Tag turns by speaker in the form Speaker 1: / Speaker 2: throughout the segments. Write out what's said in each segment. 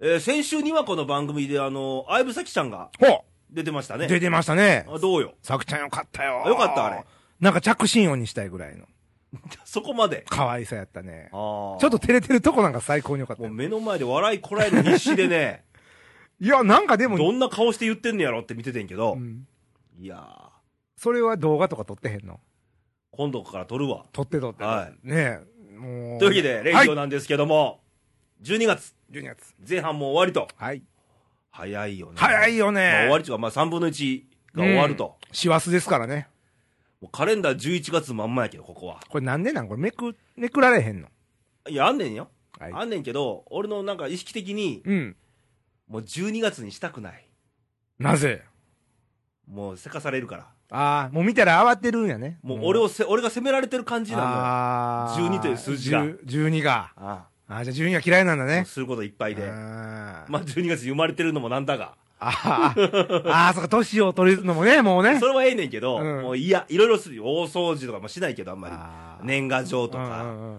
Speaker 1: えー先週にはこの番組で、あの、相武咲ちゃんが
Speaker 2: ほ
Speaker 1: 出てました
Speaker 2: う
Speaker 1: ね。
Speaker 2: 出てましたね。
Speaker 1: あどうよ。
Speaker 2: さくちゃんよかったよ。
Speaker 1: よかったあれ。
Speaker 2: なんか着信音にしたいぐらいの
Speaker 1: そこまで。
Speaker 2: 可愛さやったね。
Speaker 1: ああ。
Speaker 2: ちょっと照れてるとこなんか最高によかった
Speaker 1: もう
Speaker 2: よ。
Speaker 1: 目の前で笑いこらえるの必死で ね、
Speaker 2: いや、なんかでも、
Speaker 1: どんな顔して言ってんのやろって見ててんけど、
Speaker 2: うん
Speaker 1: いやー、
Speaker 2: それは動画とか撮ってへんの
Speaker 1: 今度から撮るわ。
Speaker 2: 撮って撮って。
Speaker 1: は
Speaker 2: ねえ。もう。
Speaker 1: というわけで、レイ
Speaker 2: はい
Speaker 1: ディオなんですけども、12月
Speaker 2: 12月。
Speaker 1: 前半も終わりと。
Speaker 2: はい。
Speaker 1: 早いよね。
Speaker 2: 早いよ
Speaker 1: まあ
Speaker 2: ね。
Speaker 1: 終わりというか、まあ3分の1が終わると。
Speaker 2: うん。師走ですからね。
Speaker 1: もうカレンダー11月まんまやけど、ここは。
Speaker 2: これなんでなんこれめく、めくられへんの。
Speaker 1: いや、あんねんよ。
Speaker 2: はい。
Speaker 1: あんねんけど、俺のなんか意識的に、
Speaker 2: うん。
Speaker 1: もう12月にしたくない。
Speaker 2: なぜ
Speaker 1: もうせかされるから。
Speaker 2: ああ、もう見たら慌てるんやね。
Speaker 1: もう俺をせ、俺が責められてる感じなのよ。あ
Speaker 2: ああ。
Speaker 1: 12という数字が
Speaker 2: 10 12が。
Speaker 1: あ。
Speaker 2: ああ、じゃあ12が嫌いなんだね。
Speaker 1: することいっぱいで。
Speaker 2: あー
Speaker 1: まあ12月に生まれてるのもなんだが。
Speaker 2: あー、あーそっか、年を取るのも ね、もうね。
Speaker 1: それはええねんけど、
Speaker 2: うん
Speaker 1: もういや、いろいろするよ。大掃除とかもしないけど、あんま
Speaker 2: あ
Speaker 1: り。
Speaker 2: ー
Speaker 1: 年賀状と
Speaker 2: うんうんうん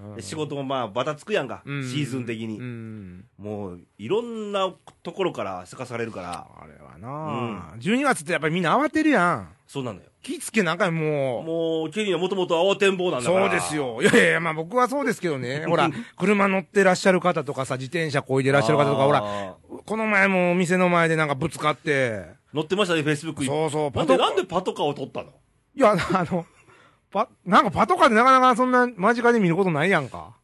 Speaker 1: か
Speaker 2: う。ん
Speaker 1: で仕事もまあ、バタつくやんか。シ
Speaker 2: うん
Speaker 1: ーズン的に。
Speaker 2: うん。
Speaker 1: もう、いろんなところからせかされるから、
Speaker 2: あれはなあ、12月ってやっぱりみんな慌てるやん。
Speaker 1: そうなのよ。
Speaker 2: 気ぃつけなんかもう。
Speaker 1: もう、ケニーはもともと慌てんぼうなんだか
Speaker 2: そ
Speaker 1: ら。
Speaker 2: うです。よ。いやいやいや、まあ僕はそうですけど ね。ほら、車乗ってらっしゃる方とかさ、自転車こいでらっしゃる方とか、ほら、
Speaker 1: ら。
Speaker 2: この前もお店の前でなんかぶつかって、
Speaker 1: 乗ってましたね、フェイスブック
Speaker 2: そうそう、
Speaker 1: なん
Speaker 2: カ
Speaker 1: で、
Speaker 2: ー
Speaker 1: なんでパトカーを取ったの
Speaker 2: いや、あの、パ、なんかパトカーでなかなかそんな間近で見ることないやんか。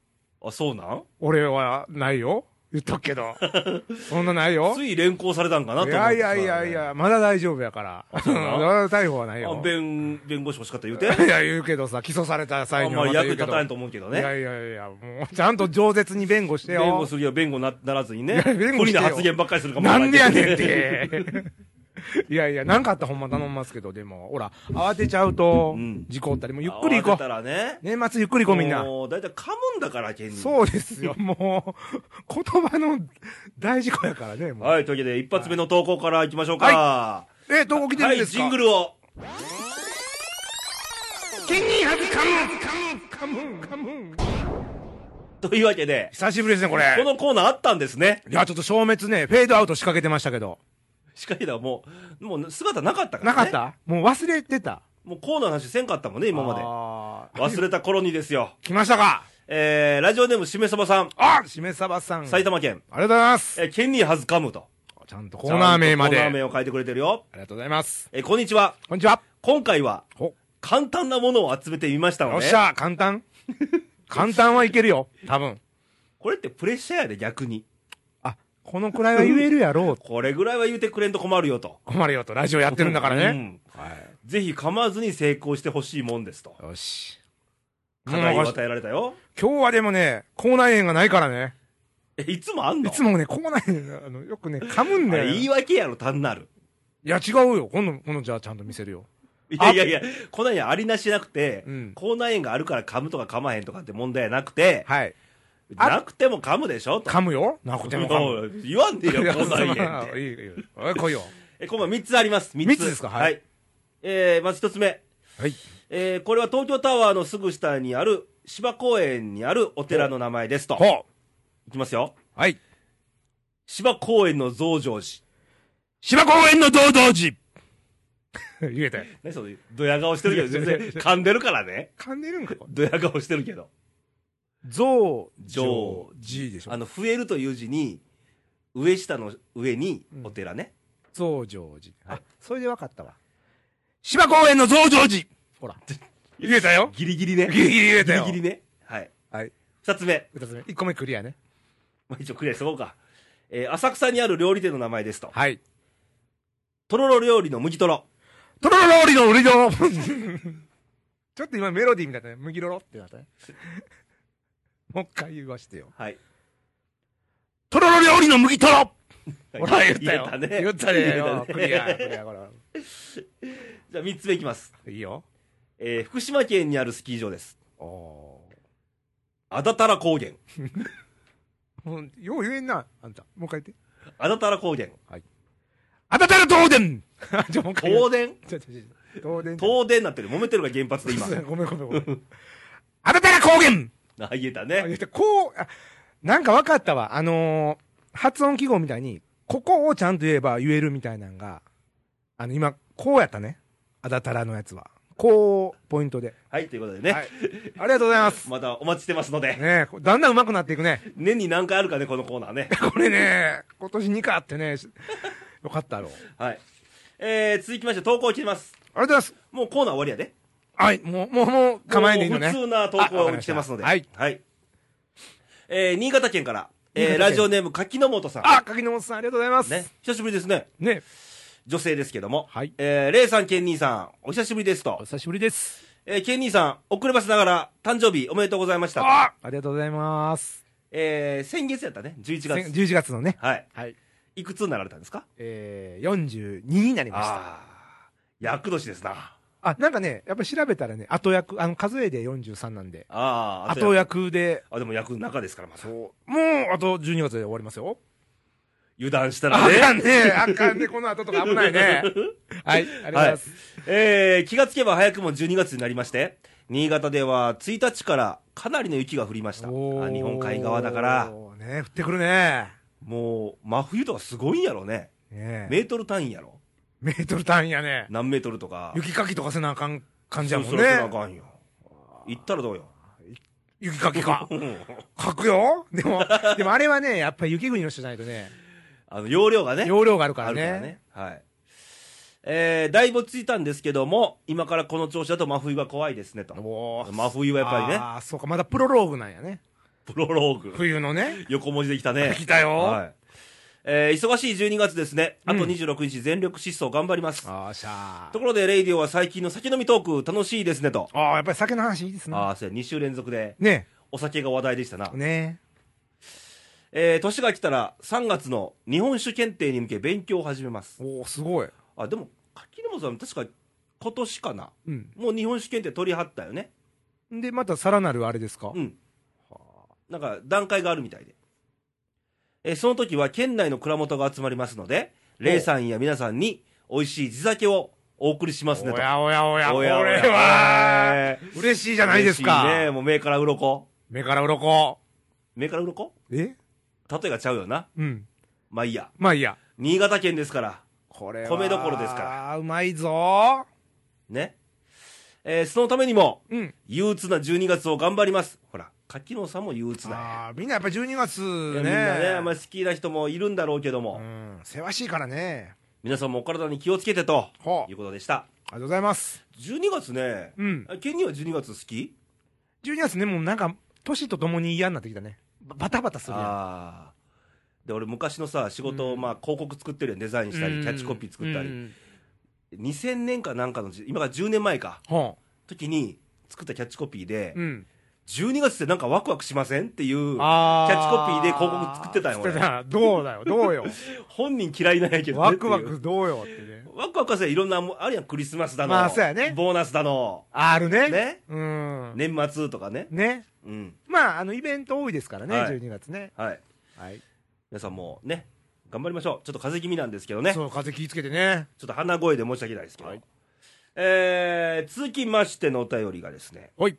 Speaker 1: あ、そうなん
Speaker 2: 俺はないよ。言っとく けど。そんなないよ。
Speaker 1: つい連行されたんかなと
Speaker 2: い
Speaker 1: 思っ
Speaker 2: や
Speaker 1: て
Speaker 2: いやいやいや、まだ大丈夫やから。 ま
Speaker 1: そうなの
Speaker 2: だ逮捕はない
Speaker 1: あ
Speaker 2: よ。
Speaker 1: 弁、弁護士欲しかったら言うて。
Speaker 2: いや、言うけどさ、起訴された
Speaker 1: あ
Speaker 2: 際
Speaker 1: ん
Speaker 2: に
Speaker 1: ま
Speaker 2: は
Speaker 1: り
Speaker 2: また
Speaker 1: 役に
Speaker 2: 言うけ
Speaker 1: 立
Speaker 2: ど。
Speaker 1: たんと思うけど
Speaker 2: いや
Speaker 1: ね。
Speaker 2: いやいや、もう、ちゃんと饒舌に弁護して
Speaker 1: 弁護
Speaker 2: よ。
Speaker 1: するには弁護なならずにね。
Speaker 2: いや弁護
Speaker 1: 不利
Speaker 2: して
Speaker 1: な
Speaker 2: よ
Speaker 1: 発言ばっかりするかもわ
Speaker 2: な
Speaker 1: から
Speaker 2: んでや
Speaker 1: けど
Speaker 2: ねんっ。て。 いやいや、なんかあったらほんま頼みますけど、でも、ほら、慌てちゃうと
Speaker 1: うん、
Speaker 2: 事故ったり、もうゆっくり行
Speaker 1: 慌て
Speaker 2: こ
Speaker 1: た
Speaker 2: う。
Speaker 1: らね。
Speaker 2: 年末ゆっくり行こう、みんな。
Speaker 1: もう、だいたい噛むんだから、ケニー。
Speaker 2: そうですよ、もう、言葉の大事故やからね、もう。
Speaker 1: はい、というわけで、一発目の投稿から行きましょうか。
Speaker 2: え、どこ来てるんですか
Speaker 1: はい、ジングルを。
Speaker 2: ケニーハズカムンカムンカムンカムン
Speaker 1: というわけで、
Speaker 2: 久しぶりですね、こ
Speaker 1: こ
Speaker 2: れ。
Speaker 1: のコーナーあったんですね。
Speaker 2: いや、ちょっと消滅ね、フェードアウト仕掛けてましたけど。
Speaker 1: しかしだ、もう、もう姿なかったから
Speaker 2: な
Speaker 1: ね。
Speaker 2: かったもう忘れてた。
Speaker 1: もうコーナーの話せんかったもんね、今まで。
Speaker 2: ま
Speaker 1: 忘れた頃にですよ。
Speaker 2: 来ましたか
Speaker 1: えー、ラジオネームしめそばさん、
Speaker 2: あしめさばさん。
Speaker 1: 埼玉県。
Speaker 2: ありがとうございます。
Speaker 1: えー、ケニーはずかむと。
Speaker 2: ちゃんとコーナー名ま
Speaker 1: コー
Speaker 2: で。
Speaker 1: ナ
Speaker 2: あ
Speaker 1: ー
Speaker 2: り
Speaker 1: 名を書いてくれてるよ。
Speaker 2: がとうございます。
Speaker 1: えー、こんにちは。
Speaker 2: こんにちは。
Speaker 1: 今回は、
Speaker 2: お、
Speaker 1: 簡単なものを集めてみましたので。
Speaker 2: よっしゃ、簡単。簡単はいけるよ、多分。
Speaker 1: これってプレッシャーやで、逆に。
Speaker 2: あ、このくらいは言えるやろう。
Speaker 1: これぐらいは言うてくれんと困るよと。
Speaker 2: 困るよと、ラジオやってるんだからね。
Speaker 1: うんぜひ噛まずに成功してほしいもんですと。
Speaker 2: よし。
Speaker 1: 課題を
Speaker 2: もう
Speaker 1: 与えられたよ。
Speaker 2: 今日はでもね、口内炎がないからね。
Speaker 1: え、いつもあんの
Speaker 2: いつもね、口内炎、あの、よくね、噛むん
Speaker 1: あ
Speaker 2: だよ。
Speaker 1: れ言
Speaker 2: い
Speaker 1: い訳やろ、単なる。
Speaker 2: や、違うよ。今度、今度じゃあちゃんと見せるよ。
Speaker 1: いやいやいや、口内炎ありなしなくて、
Speaker 2: うん
Speaker 1: 口内炎があるから噛むとか噛まへんとかって問題はなくて、
Speaker 2: はい。あ
Speaker 1: なくても噛むでしょと。
Speaker 2: 噛むよ。なくても噛む。
Speaker 1: も う言わんでよ、口内炎って。
Speaker 2: いいよいいよ。おい、来いよ。
Speaker 1: え、今晩3つあります。3つ。
Speaker 2: 三つですかはい
Speaker 1: えー、まず1つ目。
Speaker 2: はい。
Speaker 1: えー、これは東京タワーのすぐ下にある芝公園にあるお寺の名前ですと。
Speaker 2: ほ
Speaker 1: いきますよ。
Speaker 2: う。はい。
Speaker 1: 芝公園の増上寺。
Speaker 2: 芝公園の道道寺 言えたよ。
Speaker 1: ね、その、ドヤ顔してるけど、全然
Speaker 2: いやいやいや
Speaker 1: 噛んでるからね。
Speaker 2: 噛んでるんか、これ。
Speaker 1: ドヤ顔してるけど。
Speaker 2: 増
Speaker 1: 上
Speaker 2: 寺でし
Speaker 1: あ。の、増えるという字に、上下の上にお寺ね。
Speaker 2: 増上寺。
Speaker 1: は
Speaker 2: あ
Speaker 1: い、
Speaker 2: それで分かったわ。芝公園の増上寺ほら。言えたよ。
Speaker 1: ギリギリね。
Speaker 2: ギリギリ言えたよ
Speaker 1: ギリギリね。はい。
Speaker 2: はい。
Speaker 1: 二つ目。
Speaker 2: 二つ目。一個目クリアね。
Speaker 1: まあ、一応クリアしとこうか。えー浅草にある料理店の名前ですと。
Speaker 2: はい。
Speaker 1: とろろ料理の麦とろ。
Speaker 2: トロロローリの売りの ちょっと今メロディーみたいだね。麦ロロってなったね。 もう一回言わしてよ。
Speaker 1: はい。
Speaker 2: トロロ料理の麦トロほら、
Speaker 1: はい
Speaker 2: 言ったよ。
Speaker 1: 言えたね。
Speaker 2: 言ったね。よク
Speaker 1: 言え
Speaker 2: リ
Speaker 1: たね
Speaker 2: ア、クリア、これ。
Speaker 1: じゃあ三つ目いきます。
Speaker 2: いいよ。
Speaker 1: えー福島県にあるスキー場です。
Speaker 2: おお
Speaker 1: あだたら高原。
Speaker 2: ー。もう、よう言えんな、あんた。もう一回言って。
Speaker 1: あだたら高原。
Speaker 2: あたたる東電 じゃあもう一回言う。
Speaker 1: 東電
Speaker 2: ちょちょちょ東電じゃない。
Speaker 1: 東電なってる。揉めてるが原発で 今。
Speaker 2: ごめんごめんごめん。あたたら高原
Speaker 1: あ、言えた
Speaker 2: あ言
Speaker 1: ね。
Speaker 2: ってこう、あ、なんか分かったわ。あのー、発音記号みたいに、ここをちゃんと言えば言えるみたいなんが、あの、今、こうやったね。あだたらのやつは。こう、ポイントで。
Speaker 1: はい、ということでね、
Speaker 2: はい。ありがとうございます。
Speaker 1: またお待ちしてますので、
Speaker 2: ねえだんだん上手くなっていくね。
Speaker 1: 年に何回あるかね、このコーナーね。
Speaker 2: これね、今年2回あってね、しよかったろう。
Speaker 1: はい。えー、続きまして、投稿切ります。
Speaker 2: ありがとうございます。
Speaker 1: もうコーナー終わりやで。
Speaker 2: はい、もう、もう、もう、構えんでいいのね。
Speaker 1: もう普通な投稿を来てますので。
Speaker 2: あわかりまし
Speaker 1: はい。えー、新潟県から、
Speaker 2: 新潟
Speaker 1: えー、
Speaker 2: 県
Speaker 1: ラジオネーム柿の本さん。
Speaker 2: たはい。あ、柿本さん、ありがとうございます。
Speaker 1: ね。久しぶりですね。
Speaker 2: ね。
Speaker 1: 女性ですけども。
Speaker 2: はい
Speaker 1: えー、レイさん、ケンニーさん、お久しぶりですと。
Speaker 2: 久しぶりです。
Speaker 1: えー、ケンニーさん、遅ればせながら、誕生日おめでとうございました。
Speaker 2: あありがとうございます。
Speaker 1: えー、先月やったね。11月。
Speaker 2: 11月のね。
Speaker 1: はい。
Speaker 2: はい。
Speaker 1: いくつになられたんですか
Speaker 2: えー、42になりました。
Speaker 1: ああー。厄年ですな。あ
Speaker 2: あ、なんかね、やっぱり調べたらね、後役、あの、数えで43なんで、
Speaker 1: あー。
Speaker 2: 後
Speaker 1: や。
Speaker 2: 役で、
Speaker 1: あ、でも役の中ですから、まだ。
Speaker 2: そう、もう、あと12月で終わりますよ。
Speaker 1: 油断したら
Speaker 2: あ
Speaker 1: ね。
Speaker 2: かんね、あかんね、この後とか危な いね。はい、ありがとうございます。
Speaker 1: えー気がつけば早くも12月になりまして、新潟では1日からかなりの雪が降りました。あ
Speaker 2: おー
Speaker 1: 日本海側だから、
Speaker 2: ね、降ってくるね。
Speaker 1: もう真冬とかすごいんやろね。
Speaker 2: ね
Speaker 1: メートル単位やろ。
Speaker 2: メートル単位やね。
Speaker 1: 何メートルとか。
Speaker 2: 雪かきとかせなあかん感じやもん
Speaker 1: そろそろあ
Speaker 2: ね。
Speaker 1: かんよ。行ったらどうよ。
Speaker 2: 雪かきか。かくよでも、でもあれはね、やっぱり雪国の人じゃないとね、
Speaker 1: あの、容量がね。
Speaker 2: 容量があるから
Speaker 1: あるから
Speaker 2: ね
Speaker 1: ね。。はい。えー、だいぶついたんですけども、今からこの調子だと真冬が怖いですねと。
Speaker 2: おー
Speaker 1: 真冬はやっぱりね、
Speaker 2: ああ、そうか、まだプロローグなんやね。
Speaker 1: プロローグ。
Speaker 2: 冬のね。
Speaker 1: 横文字できたね。
Speaker 2: 来たよ
Speaker 1: はい。えー忙しい12月ですね。あと
Speaker 2: うん
Speaker 1: 26日全力疾走頑張ります。
Speaker 2: ああ、しゃ
Speaker 1: ところで、レイディオは最近の酒飲みトーク楽しいですねと。
Speaker 2: あ。ああ、やっぱり酒の話いいですね。
Speaker 1: ああ、そうや、2週連続で
Speaker 2: ね
Speaker 1: お酒が話題でしたな。
Speaker 2: ね
Speaker 1: えー年が来たら3月の日本酒検定に向け勉強を始めます。
Speaker 2: おおすごい。
Speaker 1: あ、でも、柿沼さん確か今年かな。
Speaker 2: うん。
Speaker 1: もう日本酒検定取り張ったよね。
Speaker 2: で、またさらなるあれですか
Speaker 1: うん。なんか段階があるみたいで。えーその時は県内の蔵元が集まりますので、レイさんや皆さんに美味しい地酒をお送りしますねと。
Speaker 2: おやおやおや、こ
Speaker 1: おやおや
Speaker 2: れは、
Speaker 1: えー
Speaker 2: 嬉しいじゃないですか。
Speaker 1: 嬉しいね。もう目から鱗
Speaker 2: 目から鱗
Speaker 1: 目から鱗
Speaker 2: え
Speaker 1: 例えがちゃうよな。
Speaker 2: うん。
Speaker 1: まあいいや。
Speaker 2: まあいいや。
Speaker 1: 新潟県ですから。
Speaker 2: これは。
Speaker 1: 米どころですから
Speaker 2: うまいぞ
Speaker 1: ね。えーそのためにも、
Speaker 2: うん。
Speaker 1: 憂鬱な12月を頑張ります。ほら、柿野さんも憂鬱なんや
Speaker 2: ああ、みんなやっぱ12月
Speaker 1: いや
Speaker 2: ね。
Speaker 1: みんなね、あんまり好きな人もいるんだろうけども、
Speaker 2: うん。せわしいからね。
Speaker 1: 皆さんもお体に気をつけてと、
Speaker 2: ほう。あ
Speaker 1: い
Speaker 2: り
Speaker 1: うことでした。
Speaker 2: がとうございます。
Speaker 1: 12月ね、
Speaker 2: うん。
Speaker 1: ケニーは12月好き
Speaker 2: 12月ね、もうなんか、年とともに嫌になってきたね。ババタバタするや
Speaker 1: ああ。で、俺昔のさ、仕事、
Speaker 2: うん
Speaker 1: まあ広告作ってるやん、デザイ
Speaker 2: ん。
Speaker 1: ンしたり、キャッチコピー作ったり。
Speaker 2: うん。
Speaker 1: 2000年かなんかの時、今から10年前か、
Speaker 2: ほ
Speaker 1: 時に作ったキャッチコピーで、
Speaker 2: う。うん。
Speaker 1: 12月ってなんかワクワクしませんっていう、
Speaker 2: あ
Speaker 1: キャッチコピーで広告作ってたんよ
Speaker 2: よ。作ってた。どうだよ、どうよ。
Speaker 1: 本人 嫌いなんやけどねっ
Speaker 2: ワ
Speaker 1: ていう
Speaker 2: クワクどうよってね。
Speaker 1: ワクワクはさ、いろんなもん、あるやん、クリスマスだの。
Speaker 2: まあそうやね
Speaker 1: ボーナスだの。
Speaker 2: あるね。
Speaker 1: ね。
Speaker 2: うん。
Speaker 1: 年末とかね。
Speaker 2: ね。
Speaker 1: うん。
Speaker 2: まあ、あの、イベント多いですからね、
Speaker 1: はい
Speaker 2: 12月ね。
Speaker 1: はい。
Speaker 2: はい。
Speaker 1: 皆さんもね、頑張りましょう。ちょっと風邪気味なんですけどね。ちょ
Speaker 2: そう、風気ぃつけてね。
Speaker 1: っと鼻声で申し訳ないですけど。
Speaker 2: はい
Speaker 1: えー、続きましてのお便りがですね、
Speaker 2: ほい。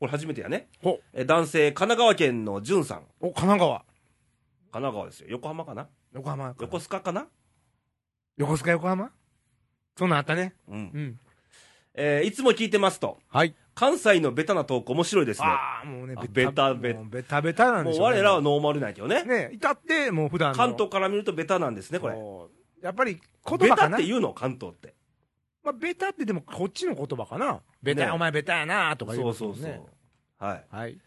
Speaker 1: これ初めてやね。
Speaker 2: ほ
Speaker 1: え男性、神奈川県のじゅんさん。
Speaker 2: う。お、神奈川。
Speaker 1: 神奈川ですよ。横浜かな
Speaker 2: 横浜。
Speaker 1: 横須賀かな
Speaker 2: 横須賀横浜そんなんあったね。
Speaker 1: うん。
Speaker 2: うん。
Speaker 1: えーいつも聞いてますと。
Speaker 2: はい。
Speaker 1: 関西のベタなトーク面白いですね。
Speaker 2: ああ、もうね
Speaker 1: あ、ベタベタ
Speaker 2: もうベタベタなん
Speaker 1: も
Speaker 2: でし
Speaker 1: う
Speaker 2: ょうね
Speaker 1: 我らはノーマルなんやけどね。
Speaker 2: ね、至って、もう普段の
Speaker 1: 関東から見るとベタなんですね、これ。
Speaker 2: そうやっぱり言
Speaker 1: ベ
Speaker 2: 葉
Speaker 1: タ
Speaker 2: か
Speaker 1: っ
Speaker 2: な
Speaker 1: て言うの関東って。
Speaker 2: まあ、ベタってでもこっちの言葉かなベタ、
Speaker 1: ね
Speaker 2: お前ベタやなとか言、
Speaker 1: そううそうそう。はい。
Speaker 2: はい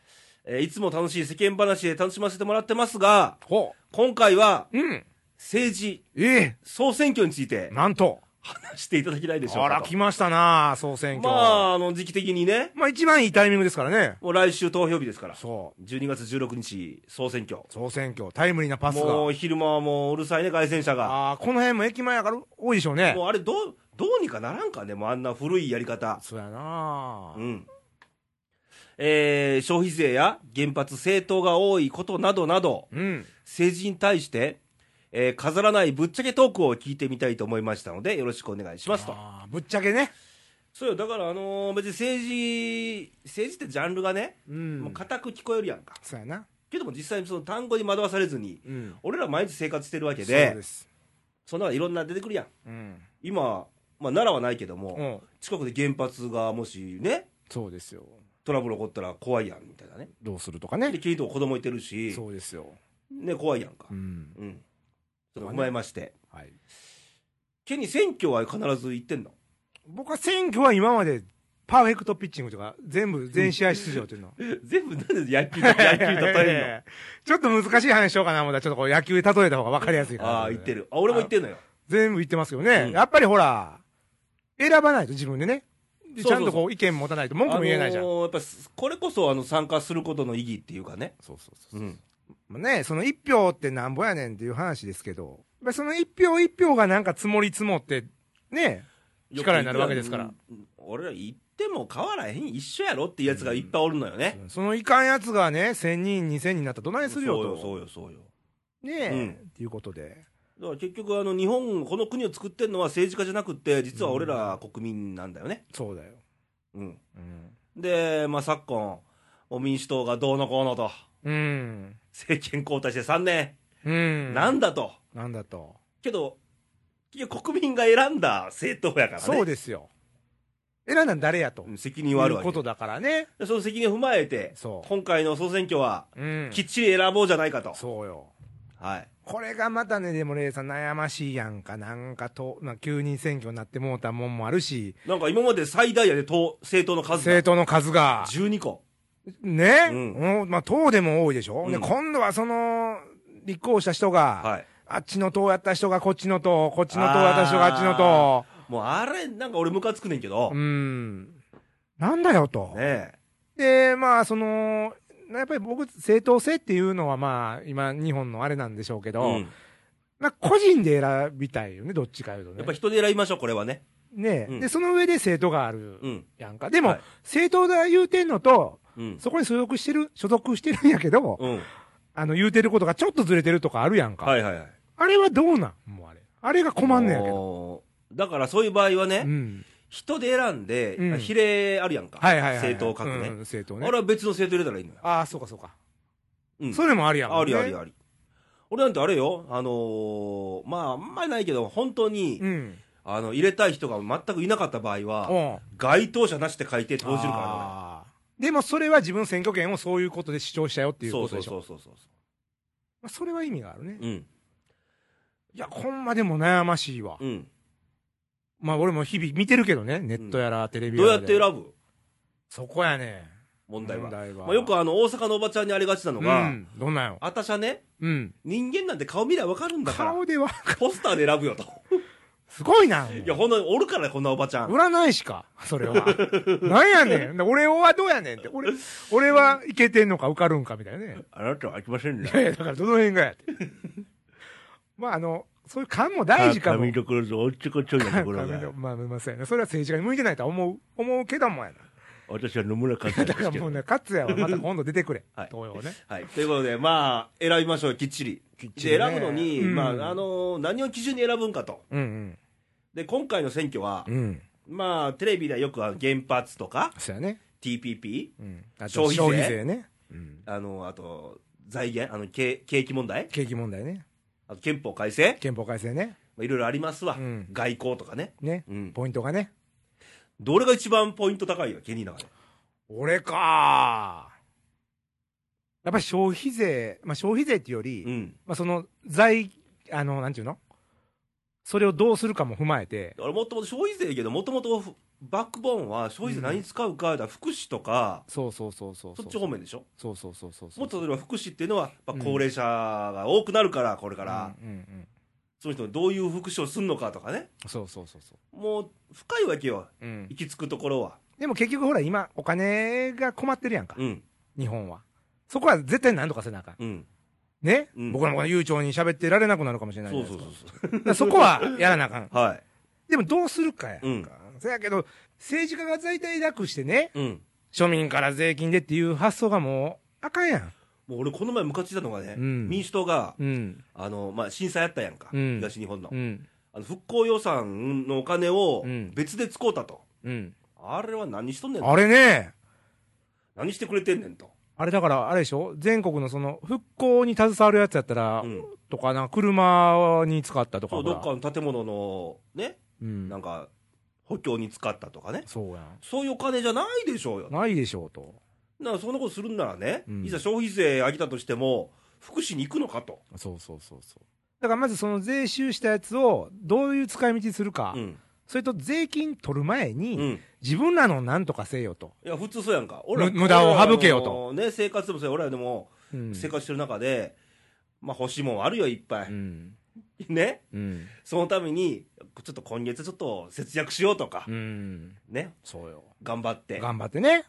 Speaker 1: えーいつも楽しい世間話で楽しませてもらってますが、
Speaker 2: ほ
Speaker 1: 今回は
Speaker 2: ううん
Speaker 1: 政治、
Speaker 2: ええ
Speaker 1: 総選挙について
Speaker 2: なんと
Speaker 1: 話していただきたいでしょう
Speaker 2: あら
Speaker 1: か
Speaker 2: 来ましたな総選
Speaker 1: と。ま
Speaker 2: 挙
Speaker 1: あ、あの、時期的にね、
Speaker 2: まあ一番いいタイミングですからね
Speaker 1: もう来週投票日ですから。
Speaker 2: そ
Speaker 1: 12月16日、総選挙。
Speaker 2: う総選挙タイムリーなパスが
Speaker 1: もう昼間はもううるさいね、外選者が。
Speaker 2: ああこの辺も駅前やから多いでしょうね
Speaker 1: もうあれ、どう、どうにかならんかね、もうあんな古いやり方。
Speaker 2: そうやな
Speaker 1: うん。えー消費税や原発政党が多いことなどなど、
Speaker 2: うん
Speaker 1: 政治に対して、えー飾らないぶっちゃけトークを聞いてみたいと思いましたので、よろしくお願いしますと。
Speaker 2: ああぶっちゃけね
Speaker 1: そうよ、だから、あのー別に政治、政治ってジャンルがね、
Speaker 2: うん
Speaker 1: もう固く聞こえるやんか。
Speaker 2: そうやな
Speaker 1: けども実際にその単語に惑わされずに、
Speaker 2: うん。
Speaker 1: 俺ら毎日生活してるわけ
Speaker 2: そう
Speaker 1: で、
Speaker 2: です。
Speaker 1: そんなのいろんな出てくるやん。
Speaker 2: うん。
Speaker 1: 今、まあ、奈良はないけども、
Speaker 2: うん。
Speaker 1: 近くで原発がもしね、
Speaker 2: そうですよ。
Speaker 1: トラブル起こったら怖いやんみたいなね。
Speaker 2: どうするとか
Speaker 1: で、
Speaker 2: ね。
Speaker 1: キリト子供いてるし、
Speaker 2: そうですよ。
Speaker 1: ね、怖いやんか
Speaker 2: う。ん。
Speaker 1: うん。それを踏まえまして。
Speaker 2: はい。
Speaker 1: ケニー、選挙は必ず行ってんの
Speaker 2: 僕は選挙は今までパーフェクトピッチングとか、全部、全試合出場というの。
Speaker 1: 全部なんで野球、 野球例え
Speaker 2: ちょっと難しい話しようかな思ったら、ちょっとこう野球で例えた方が分かりやすい
Speaker 1: る
Speaker 2: か
Speaker 1: の
Speaker 2: な。
Speaker 1: ああ、言って。る。あ、俺も言ってんのよ。
Speaker 2: 全部言ってますけどね。
Speaker 1: うん
Speaker 2: やっぱりほら、選ばないと自分でね。で
Speaker 1: そうそう
Speaker 2: ちゃ
Speaker 1: そうん
Speaker 2: とこう意見持たないと文句も言えないじゃん。
Speaker 1: あのーやっぱ、これこそあの参加することの意義っていうかね。
Speaker 2: そうそうそう。
Speaker 1: うん。
Speaker 2: まあね、その一票ってなんぼやねんっていう話ですけど、やっぱりその一票一票がなんか積もり積もって、ね、力になるわけですから
Speaker 1: よく言うけど。うん俺ら行っても変わらへん、一緒やろっていうやつがいっぱいおるのよね。
Speaker 2: そのいかんやつがね、1000人、2000人になったらどないするよと。
Speaker 1: そうよ、そうよ、そうよ。
Speaker 2: ねえ、
Speaker 1: うん
Speaker 2: っていうことで。
Speaker 1: だから結局あの日本この国を作ってるのは政治家じゃなくって実は俺ら国民なんだよね、
Speaker 2: そうだよ。
Speaker 1: うん、
Speaker 2: うん。
Speaker 1: で、まあ、昨今お民主党がどうのこうのと
Speaker 2: うん。
Speaker 1: 政権交代して3年、
Speaker 2: うん。
Speaker 1: なんだと
Speaker 2: なんだと。
Speaker 1: けど結局国民が選んだ政党やからね
Speaker 2: そうですよ。選んだん誰やと。
Speaker 1: うん責任はある
Speaker 2: い
Speaker 1: わ
Speaker 2: う
Speaker 1: け
Speaker 2: ことだからね。
Speaker 1: でその責任を踏まえて
Speaker 2: そう
Speaker 1: 今回の総選挙は
Speaker 2: うん
Speaker 1: きっちり選ぼうじゃないかと、
Speaker 2: そうよ。
Speaker 1: はい、
Speaker 2: これがまたね、でも、レイさん、悩ましいやんか、なんかと、まあ、急に選挙になってもうたもんもあるし、
Speaker 1: なんか今まで最大やで党政党の数が
Speaker 2: 政党の数が、
Speaker 1: 12個
Speaker 2: ね、
Speaker 1: う
Speaker 2: うんまあ、党でも多いでしょ、
Speaker 1: うん
Speaker 2: で今度はその、立候補した人が、
Speaker 1: はい
Speaker 2: あっちの党やった人がこっちの党、こっちの党やった人があっちの党、
Speaker 1: もうあれなんか俺ムカつくねんけど、
Speaker 2: う
Speaker 1: ね
Speaker 2: ん、なんだよと。
Speaker 1: え
Speaker 2: で、まあ、その、やっぱり僕、正当性っていうのは、まあ、今、日本のあれなんでしょうけど、
Speaker 1: うん
Speaker 2: まあ、個人で選びたいよね、どっちかいうとね。
Speaker 1: やっぱ人で選びましょう、これはね。
Speaker 2: ね、
Speaker 1: うん
Speaker 2: で、その上で政党がある
Speaker 1: うん。
Speaker 2: やんか。でも、
Speaker 1: はい
Speaker 2: 政党が言うてんのと、
Speaker 1: うん。
Speaker 2: そこに所属してる、所属してるんやけど、
Speaker 1: うん。
Speaker 2: あの、言うてることがちょっとずれてるとかあるやんか。
Speaker 1: はいはいはい。
Speaker 2: あれはどうなんもうあれ。あれが困んねんやけど。
Speaker 1: ど。だからそういう場合は
Speaker 2: う
Speaker 1: ね、
Speaker 2: ん。
Speaker 1: 人で選んで
Speaker 2: う、ん
Speaker 1: 比例あるやんか。
Speaker 2: はいはいはい、はい。
Speaker 1: 政党各
Speaker 2: うん
Speaker 1: ね。
Speaker 2: 政党
Speaker 1: あ
Speaker 2: ね
Speaker 1: れ。は別の政党入れたらいいのよ。
Speaker 2: ああ、そうかそうか。
Speaker 1: うん
Speaker 2: それもあるやん、
Speaker 1: ありあり
Speaker 2: り。
Speaker 1: あり。俺なんてあれよ、あのー、まあ、あんまりないけど、本当に
Speaker 2: う、ん。
Speaker 1: あの、入れたい人が全くいなかった場合
Speaker 2: う
Speaker 1: は、
Speaker 2: ん。
Speaker 1: 該当者なしって書いて投じるか
Speaker 2: あーでもそれは自分選挙権をそういうことで主張したよって
Speaker 1: ら
Speaker 2: い
Speaker 1: ね。
Speaker 2: う
Speaker 1: そ
Speaker 2: こ
Speaker 1: う
Speaker 2: と
Speaker 1: そう
Speaker 2: でし
Speaker 1: そ
Speaker 2: ょ。
Speaker 1: うそうそ
Speaker 2: まあそれは意味があるね。
Speaker 1: う。うん。
Speaker 2: いや、ほんまでも悩ましいわ。
Speaker 1: うん。
Speaker 2: まあ俺も日々見てるけどね、ネットやらテレビ
Speaker 1: ど
Speaker 2: や
Speaker 1: うや
Speaker 2: ら
Speaker 1: っ
Speaker 2: で
Speaker 1: て選ぶ
Speaker 2: そこやね。
Speaker 1: 問題は。
Speaker 2: 題は
Speaker 1: まあよくあの、大阪のおばちゃんにありがちなの
Speaker 2: う
Speaker 1: が、
Speaker 2: ん、どんなんよ。
Speaker 1: あたしゃね、
Speaker 2: うん。
Speaker 1: 人間なんて顔見りゃ分かるんだから
Speaker 2: 顔では、
Speaker 1: ポスターで選ぶよと
Speaker 2: すごいな。
Speaker 1: いやほんとにおるからこんなおばちゃん
Speaker 2: 占い師か、それは。なんやねん。俺はどうやねんって。俺、俺はいけてんのか受かるんかみたいなね。
Speaker 1: あなたは飽きません
Speaker 2: いやいや、だからどの辺がやって。まああの、そういう勘も大事かも。
Speaker 1: どころぞおっちょこちょいな
Speaker 2: 勘のまあまあまあそうやな。それは政治家に向いてないとは思う、思うけどもやな。
Speaker 1: 私は野村監
Speaker 2: だからもうね、勝つやわ。また今度出てくれ。
Speaker 1: はい
Speaker 2: 東洋ね。
Speaker 1: はい、ということでまあ選びましょうきっちり
Speaker 2: ちり
Speaker 1: で
Speaker 2: ね
Speaker 1: 選ぶのに、
Speaker 2: うん
Speaker 1: まああのー何を基準に選ぶんかと
Speaker 2: うん
Speaker 1: で今回の選挙は、
Speaker 2: うん。うん。
Speaker 1: まあテレビではよくあの原発とか
Speaker 2: そうやね。
Speaker 1: TPP
Speaker 2: うん。あと
Speaker 1: 消費税
Speaker 2: 消費税ね。うん。
Speaker 1: あのあと財源あの景景気問題
Speaker 2: 景気問題ね。
Speaker 1: あと憲法改正
Speaker 2: 憲法改正ね。
Speaker 1: まあいろいろありますわ、
Speaker 2: うん
Speaker 1: 外交とかね
Speaker 2: ね。
Speaker 1: うん
Speaker 2: ポイントがね。
Speaker 1: どれが一番ポイント高いよケニーの中で
Speaker 2: 俺かやっぱり消費税、まあ、消費税っていうより、
Speaker 1: うん
Speaker 2: まあ、その財、あの、なんていうのそれをどうするかも踏まえて、
Speaker 1: 俺もともと消費税やけどもともとバックボーンは消費税何に使うかだから福祉とか
Speaker 2: そうそうそうそう
Speaker 1: そっち方面でしょ
Speaker 2: そうそうそうそう
Speaker 1: もっと例えば福祉っていうのは、まあ、
Speaker 2: うん
Speaker 1: 高齢者が多くなるからこれから、
Speaker 2: うんうんうん
Speaker 1: その人にどういう福祉をするのかとかね
Speaker 2: そうそうそうそ
Speaker 1: もう深いわけよ
Speaker 2: う、うん
Speaker 1: 行き着くところは
Speaker 2: でも結局ほら今お金が困ってるやんか、
Speaker 1: うん
Speaker 2: 日本はそこは絶対何とかせなあかん
Speaker 1: うん
Speaker 2: ね、
Speaker 1: うん
Speaker 2: 僕らもこの悠長に喋ってられなくなるかもしれないじ
Speaker 1: そ
Speaker 2: ゃ
Speaker 1: うそ
Speaker 2: ないで
Speaker 1: う
Speaker 2: すか
Speaker 1: そう
Speaker 2: だからそこはやらなあかん
Speaker 1: そうはい
Speaker 2: でもどうするかやんか、
Speaker 1: うん
Speaker 2: そやけど政治家が財体なくしてね
Speaker 1: うん
Speaker 2: 庶民から税金でっていう発想がもうあかんやん。
Speaker 1: もう俺この前ムカついたのがね、
Speaker 2: うん
Speaker 1: 民主党が
Speaker 2: うん。
Speaker 1: あの、まあ、震災あったやんか、
Speaker 2: うん
Speaker 1: 東日本の,、
Speaker 2: うん。
Speaker 1: あの復興予算のお金を
Speaker 2: うん
Speaker 1: 別で使おうたと、
Speaker 2: うん。
Speaker 1: あれは何しとんねんと
Speaker 2: あれね、
Speaker 1: 何してくれてんねんと
Speaker 2: あれだから、あれでしょ全国のその、復興に携わるやつやったら、
Speaker 1: うん、
Speaker 2: とか、なんか車に使ったとか。
Speaker 1: そうどっ
Speaker 2: ほら
Speaker 1: かの建物のね、
Speaker 2: うん。
Speaker 1: なんか補強に使ったとかね、
Speaker 2: そうやん。
Speaker 1: そういうお金じゃないでしょうよ、
Speaker 2: ないでしょうと。
Speaker 1: なそんなことするんならね、
Speaker 2: うん
Speaker 1: いざ消費税上げたとしても、福祉に行くのかと、
Speaker 2: そうそうそうそう。だからまずその税収したやつをどういう使い道にするか、
Speaker 1: うん
Speaker 2: それと税金取る前に、
Speaker 1: うん、い
Speaker 2: 自分らのなんとかせよと。
Speaker 1: や、普通そうやんか、俺ら
Speaker 2: む無駄を省けよと
Speaker 1: 俺らのね、生活でもそうや、俺らでも
Speaker 2: うん
Speaker 1: 生活してる中で、まあ、欲しいもんあるよ、いっぱ
Speaker 2: う
Speaker 1: い、
Speaker 2: ん。
Speaker 1: ね、
Speaker 2: うん。
Speaker 1: そのために、ちょっと今月、ちょっと節約しようとか
Speaker 2: う、ん。
Speaker 1: ね、
Speaker 2: そうよ。
Speaker 1: 頑張って、
Speaker 2: 頑張ってね。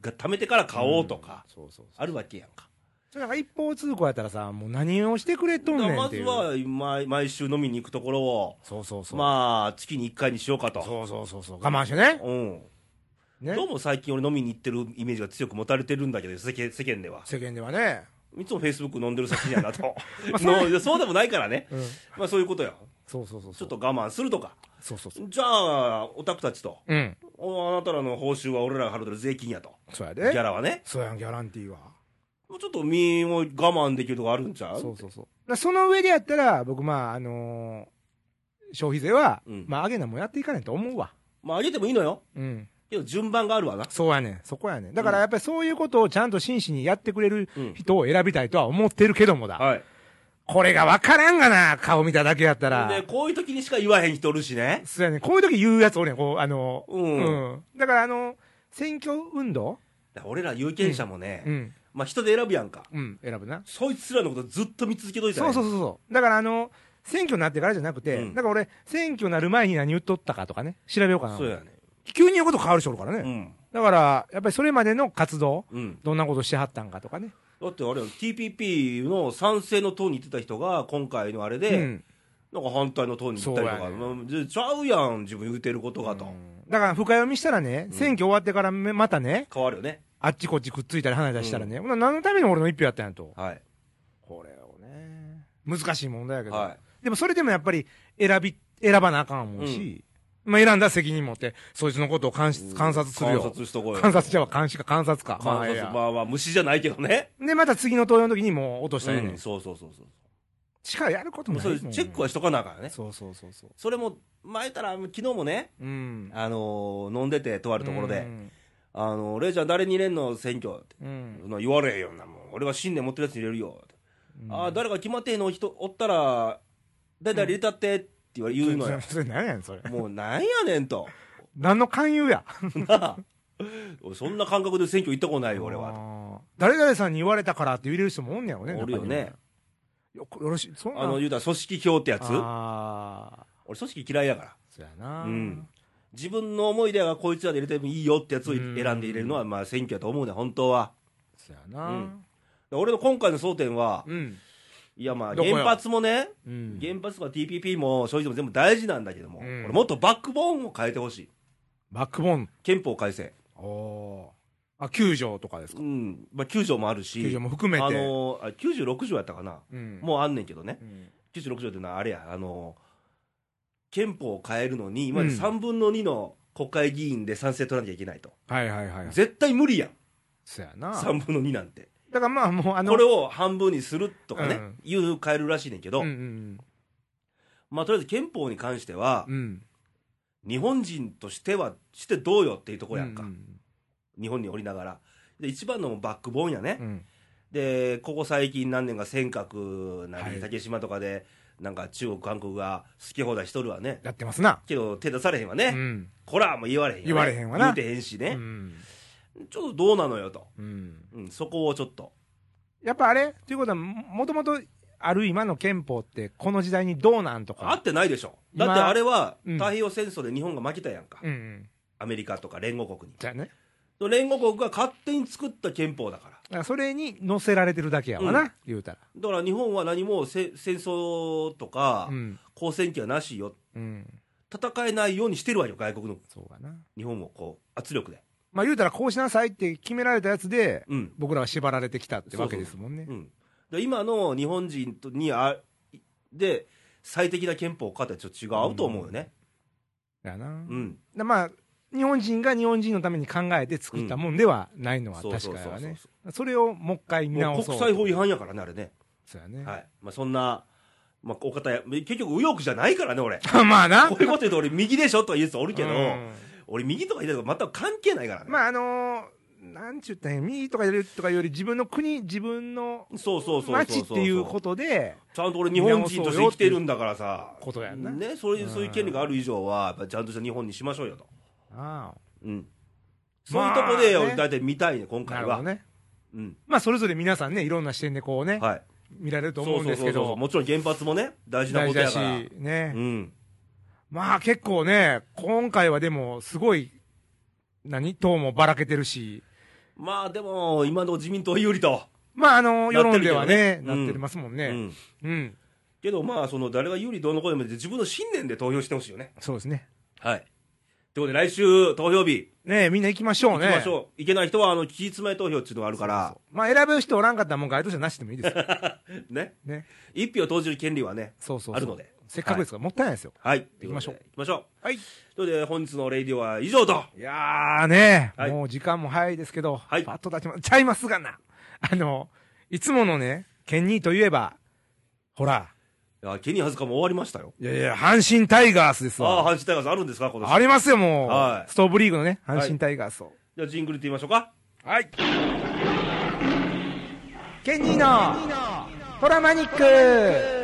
Speaker 1: が貯めてから買おうとか、
Speaker 2: うんそうそうそう。
Speaker 1: あるわけやんか。
Speaker 2: それなんか一方通行やったらさ、もう何をしてくれとんねん
Speaker 1: ま
Speaker 2: っ
Speaker 1: ず
Speaker 2: ていう。
Speaker 1: は毎毎週飲みに行くところを、
Speaker 2: そうそうそう。
Speaker 1: まあ、月に1回にしようかと。
Speaker 2: そうそうそうそう。我慢してね。
Speaker 1: うん
Speaker 2: ね
Speaker 1: ど。うも最近俺飲みに行ってるイメージが強く持たれてるんだけど、世間世間では。
Speaker 2: 世間ではね。
Speaker 1: いつもフェイスブック飲んでる先や なと。も
Speaker 2: あそれ
Speaker 1: ういやそうで もないからね。
Speaker 2: うん。
Speaker 1: まあそういうことよ。
Speaker 2: そうそうそう。
Speaker 1: ちょっ。と我慢するとか。
Speaker 2: そうそうそう。
Speaker 1: じゃあ、オタクたちと。
Speaker 2: うん。
Speaker 1: おあなたらの報酬は俺らが払ってる税金やと。
Speaker 2: そうや
Speaker 1: ギャ
Speaker 2: で。
Speaker 1: ラはね。
Speaker 2: そうやん、ギャランティーは。
Speaker 1: もうちょっと身も我慢できるとこあるんちゃう
Speaker 2: そうそうそう。だからその上でやったら、僕、まあ、あのー消費税は、
Speaker 1: うん
Speaker 2: まあ、上げなもんやっていかないと思うわ。
Speaker 1: まあ上げてもいいのよ。
Speaker 2: うん。
Speaker 1: けど順番があるわな。
Speaker 2: そうやねん。そこやねん。だか
Speaker 1: う
Speaker 2: ら、
Speaker 1: ん
Speaker 2: やっぱりそういうことをちゃんと真摯にやってくれる
Speaker 1: うん
Speaker 2: 人を選びたいとは思ってるけどもだ。
Speaker 1: はい。
Speaker 2: これが分からんがな、顔見ただけやったら。
Speaker 1: で、こういう時にしか言わへん人おるしね。
Speaker 2: そうやねん。こういう時言うやつおるやん、こう、あのー
Speaker 1: うん
Speaker 2: うん。だから、あのー選挙運動
Speaker 1: だから俺ら有権者もね、
Speaker 2: うん。
Speaker 1: まあ人で選ぶやんか。
Speaker 2: うん、選ぶな。
Speaker 1: そいつらのことずっと見続けといたら
Speaker 2: そ
Speaker 1: ね
Speaker 2: うそうそうそう。だからあの、選挙になってからじゃなくて、
Speaker 1: うん
Speaker 2: だから俺、選挙になる前に何言っとったかとかね、調べようかな。
Speaker 1: そうやね。
Speaker 2: 急に言うこと変わる人おるからね。
Speaker 1: うん。
Speaker 2: だから、やっぱりそれまでの活動、
Speaker 1: うん。
Speaker 2: どんなことしてはったんかとかね。
Speaker 1: だってあれよ TPP の賛成の党に行ってた人が今回のあれで、
Speaker 2: うん
Speaker 1: なんか反対の党に行ったりと
Speaker 2: そう
Speaker 1: か、
Speaker 2: やね
Speaker 1: うんじゃちゃうやん自分言うてることがと、
Speaker 2: だから、深読みしたらね、選挙終わってからめまたね、
Speaker 1: 変わるよね
Speaker 2: あっちこっちくっついたり離れたりしたらね、ほな何のために俺の一票やったんやと。
Speaker 1: はい
Speaker 2: これをね、難しい問題やけど。
Speaker 1: は
Speaker 2: でもそれでもやっぱり選び、選ばなあかん思うし、まあ選んだ責任持って、そいつのことを監視
Speaker 1: い
Speaker 2: 観察するよ。
Speaker 1: 観察しとこうよ
Speaker 2: 観察じゃは監視か観察か。
Speaker 1: 観
Speaker 2: まあええ
Speaker 1: 察
Speaker 2: や
Speaker 1: まあまあ虫じゃないけどね、
Speaker 2: で、また次の投票の時にもう落とした
Speaker 1: う
Speaker 2: らええね
Speaker 1: ん、
Speaker 2: ん。
Speaker 1: そうそうそうそう
Speaker 2: しかやることも
Speaker 1: もう
Speaker 2: ない
Speaker 1: そ
Speaker 2: もん
Speaker 1: れチェックはしとかなあからね
Speaker 2: そうそうそうそう。
Speaker 1: それも前から昨日もね
Speaker 2: うん。
Speaker 1: あのー飲んでてとあ
Speaker 2: あ
Speaker 1: るところで「あのーレイちゃん誰に入れんの選挙」って
Speaker 2: うん。
Speaker 1: そんな言われへんよんなもん俺は信念持ってるやつに入れるよって
Speaker 2: うん
Speaker 1: ああ、誰か決まってへんの人おったら、誰々入れたってって言われ言うのよ。
Speaker 2: それそれ何やねん、それ。
Speaker 1: もうなんやねんと。
Speaker 2: 何の勧誘や。
Speaker 1: なあ俺そんな感覚で選挙行ったことないよ、俺は。
Speaker 2: は。誰々さんに言われたからって入れる人もおんねやろね。
Speaker 1: おるよね。
Speaker 2: 中には。よく、よろしい。そんな
Speaker 1: あの、言うたら組織票ってやつ
Speaker 2: ああ。
Speaker 1: 俺組織嫌いやから。
Speaker 2: そうやな。
Speaker 1: うん自分の思いではこいつらで入れてもいいよってやつを選んで入れるのは、まあ選挙やと思うね、本当は。
Speaker 2: そうやな。
Speaker 1: うん俺の今回の争点は、
Speaker 2: うん。
Speaker 1: いやまあ
Speaker 2: どこよ
Speaker 1: 原発もね、
Speaker 2: うん
Speaker 1: 原発とか TPP も消費税も全部大事なんだけども、
Speaker 2: うん
Speaker 1: 俺もっとバックボーンを変えてほしい。
Speaker 2: バックボーン。
Speaker 1: 憲法改正。
Speaker 2: おーあ、9条とかですか
Speaker 1: う。ん。まあ9条もあるし。
Speaker 2: 9条も含めて。
Speaker 1: あのー、あ96条やったかな、
Speaker 2: うん、
Speaker 1: もうあんねんけどね
Speaker 2: う、ん、
Speaker 1: 96条っていうのはあれや、あのー憲法を変えるのに、今まで
Speaker 2: うん
Speaker 1: 3分の2の国会議員で賛成取らなきゃいけないと、
Speaker 2: はいはいはい。
Speaker 1: 絶対無理やん、
Speaker 2: そやな。だか
Speaker 1: 3分の2なんて、
Speaker 2: らまあもうあの、
Speaker 1: これを半分にするとかね、
Speaker 2: うん
Speaker 1: いう変えるらしいねんけど、
Speaker 2: うんうん
Speaker 1: まあ、とりあえず憲法に関しては、
Speaker 2: うん。うん。
Speaker 1: 日本人としては、してどうよっていうとこやんか、
Speaker 2: うん
Speaker 1: 日本におりながら。で一番のバックボーンやね、
Speaker 2: うん。
Speaker 1: でここ最近何年か尖閣なり、
Speaker 2: はい
Speaker 1: 竹島とかでなんか中国韓国が好き放題しとるわね
Speaker 2: やってますな。
Speaker 1: けど手出されへんわね、
Speaker 2: うん。
Speaker 1: こらもう言われへんよ、ね、
Speaker 2: 言われへんわ
Speaker 1: 言
Speaker 2: な
Speaker 1: うてへんし
Speaker 2: う
Speaker 1: ね、
Speaker 2: ん。
Speaker 1: ちょっとどうなのよと、
Speaker 2: うん。
Speaker 1: うん、そこをちょっと
Speaker 2: やっぱあれということは、ももともとある今の憲法って、この時代にどうなんと
Speaker 1: 合
Speaker 2: か。
Speaker 1: ってないでしょだ
Speaker 2: 今
Speaker 1: ってあれは
Speaker 2: うん
Speaker 1: 太平洋戦争で日本が負けたやんか、
Speaker 2: うんうん。
Speaker 1: アメリカとか連合国に
Speaker 2: じゃあね。
Speaker 1: 連合国が勝手に作った憲法だから
Speaker 2: だからそれに載せられてるだけやわな、
Speaker 1: うん
Speaker 2: 言うたら。
Speaker 1: だから日本は何もせ戦争とか
Speaker 2: うん。
Speaker 1: 交戦期はなしよ
Speaker 2: うん。
Speaker 1: 戦えないようにしてるわよ外国の
Speaker 2: そうかな。
Speaker 1: 日本をこう圧力で
Speaker 2: まあ言うたら、こうしなさいって決められたやつで、
Speaker 1: うん
Speaker 2: 僕らは縛られてきたってわけですもんね。
Speaker 1: うん、で今の日本人とにあで最適な憲法かってちょっと違うと思うよね、
Speaker 2: やな。
Speaker 1: うん
Speaker 2: だまあ、日本人が日本人のために考えて作ったもんではないのは
Speaker 1: そう
Speaker 2: 確
Speaker 1: そう
Speaker 2: か
Speaker 1: そう
Speaker 2: やわね
Speaker 1: そ
Speaker 2: それをもう一回
Speaker 1: う
Speaker 2: 見
Speaker 1: も
Speaker 2: 直
Speaker 1: う
Speaker 2: そ
Speaker 1: 国
Speaker 2: う
Speaker 1: 際法違反やからね、あれね。
Speaker 2: そうやね、
Speaker 1: はい。まあ、そんな、まあ、お方や、結局右翼じゃないからね、俺。こ
Speaker 2: まあな
Speaker 1: ういうこと言うと俺右でしょとか言うやつおるけど、
Speaker 2: うん
Speaker 1: 俺右とか言うとか全く関係ないからね。
Speaker 2: まああのーなんちゅったらいい右とか左とかより自分の国自分の
Speaker 1: そうそうそうそう。
Speaker 2: 町っていうことで
Speaker 1: ちゃんと俺日本人として生きてるんだからさ。
Speaker 2: ことやんな
Speaker 1: ね、そういうう、
Speaker 2: ん
Speaker 1: そういう権利がある以上は、やっぱちゃんとした日本にしましょうよと。
Speaker 2: ああ
Speaker 1: うん。そういうとこで、
Speaker 2: まあね
Speaker 1: 俺大体見たいね、今
Speaker 2: な
Speaker 1: 回
Speaker 2: るほ
Speaker 1: は。
Speaker 2: どね
Speaker 1: うん。
Speaker 2: まあそれぞれ皆さんねいろんな視点でこうね、
Speaker 1: はい。
Speaker 2: 見られると思うん
Speaker 1: そ
Speaker 2: ですけ
Speaker 1: うそうそうそう
Speaker 2: ど
Speaker 1: もちろん原発もね、大事な
Speaker 2: 大
Speaker 1: こ
Speaker 2: 事
Speaker 1: と
Speaker 2: だ
Speaker 1: や
Speaker 2: し
Speaker 1: から。
Speaker 2: ね、
Speaker 1: うん。
Speaker 2: まあ結構ね今回はでもすごい何党もばらけてるし
Speaker 1: まあでも、今の自民党有利と。
Speaker 2: まああの世
Speaker 1: なって
Speaker 2: 論
Speaker 1: るけどね
Speaker 2: ではね
Speaker 1: うん
Speaker 2: なってますもん
Speaker 1: う
Speaker 2: ね
Speaker 1: ん。
Speaker 2: うん、
Speaker 1: けどまあ、その誰が有利どうのこうでも自分の信念で投票してほしいよね。
Speaker 2: そうですね
Speaker 1: はい。ということで、来週投票日、
Speaker 2: ねえみんな行きましょ
Speaker 1: 行
Speaker 2: う
Speaker 1: き
Speaker 2: ね
Speaker 1: ましょう。いけない人は、あの、期日前投票っていうのがあるから、
Speaker 2: まあ選ぶ人おらんかったらもう該当者なしでもいいですよ
Speaker 1: ね。
Speaker 2: ね
Speaker 1: 一票投じる権利はね、
Speaker 2: そうそうそう
Speaker 1: あるので。
Speaker 2: せっかくですから、もったいないですよ
Speaker 1: はい。
Speaker 2: 行きましょう
Speaker 1: といことで行きましょう。
Speaker 2: はい
Speaker 1: ということで、本日のレイディオは以上と。
Speaker 2: いやーね、
Speaker 1: はい
Speaker 2: もう時間も早いですけど、
Speaker 1: はい
Speaker 2: パッと立ちま、ちゃいますがな。あの、いつものね、ケンニーといえば、ほら、
Speaker 1: いや、ケニーハズカも終わりましたよ。
Speaker 2: いやいや、阪神タイガースです
Speaker 1: ああ、
Speaker 2: わ。
Speaker 1: 阪
Speaker 2: あ
Speaker 1: 神タイガースあるんですか、今年。
Speaker 2: りますよ、もう、
Speaker 1: はい
Speaker 2: ストーブリーグのね、阪神タイガースを。
Speaker 1: じゃあ、ジングルって言いましょうか。
Speaker 2: はい。ケンニーの、トラマニック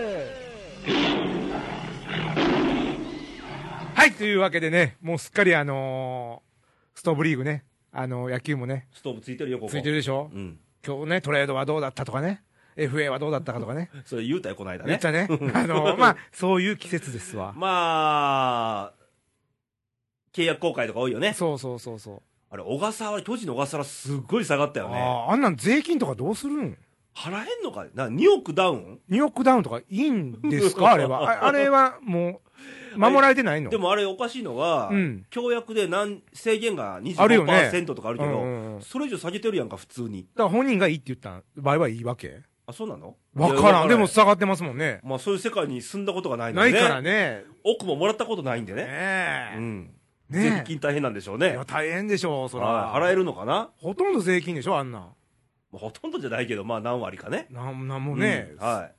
Speaker 2: はい、というわけでね、もうすっかりあのーストーブリーグね、あのー野球もね、
Speaker 1: ストーブついてるよ、ここ。
Speaker 2: ついてるでしょ
Speaker 1: うん。
Speaker 2: 今日ね、トレードはどうだったとかね、FA はどうだったかとかね、
Speaker 1: それ言うたよ、この間ね。
Speaker 2: 言っ たね、あの、まあ、そういう季節ですわ。
Speaker 1: まあ、契約更改とか多いよね。
Speaker 2: そうそうそうそう。
Speaker 1: あれ、小笠原、巨人の小笠原すっごい下がった
Speaker 2: あ
Speaker 1: よね。
Speaker 2: あーあんなん税金とかどうするん
Speaker 1: 払えんのかな、2億ダウン
Speaker 2: 2億ダウンとかいいんですかあれは。ああれはもう、守られてないの
Speaker 1: でもあれおかしいのが、
Speaker 2: うん
Speaker 1: 協約でなん制限が
Speaker 2: あるよね
Speaker 1: 25%とかあるけど、
Speaker 2: うんうんうん
Speaker 1: それ以上下げてるやんか、普通に。
Speaker 2: だから本人がいいって言った場合はいいわけ
Speaker 1: あ、そうなの
Speaker 2: わ
Speaker 1: いや
Speaker 2: からん。でも
Speaker 1: い
Speaker 2: 下がってますもんね。
Speaker 1: まあそういう世界に住んだことがないの
Speaker 2: な
Speaker 1: で、
Speaker 2: い
Speaker 1: ね、
Speaker 2: からね。
Speaker 1: 奥ももらったことないんでね。う
Speaker 2: ね
Speaker 1: ん。
Speaker 2: え。ねえ
Speaker 1: 税金大変なんでしょう
Speaker 2: い
Speaker 1: ね
Speaker 2: や。大変でしょう、そ
Speaker 1: は
Speaker 2: ら。
Speaker 1: い払えるのかな
Speaker 2: ほとんど税金でしょ、あんなん。
Speaker 1: まあほとんどじゃないけど、まあ何割かね。
Speaker 2: なんなんもね、
Speaker 1: うんはい。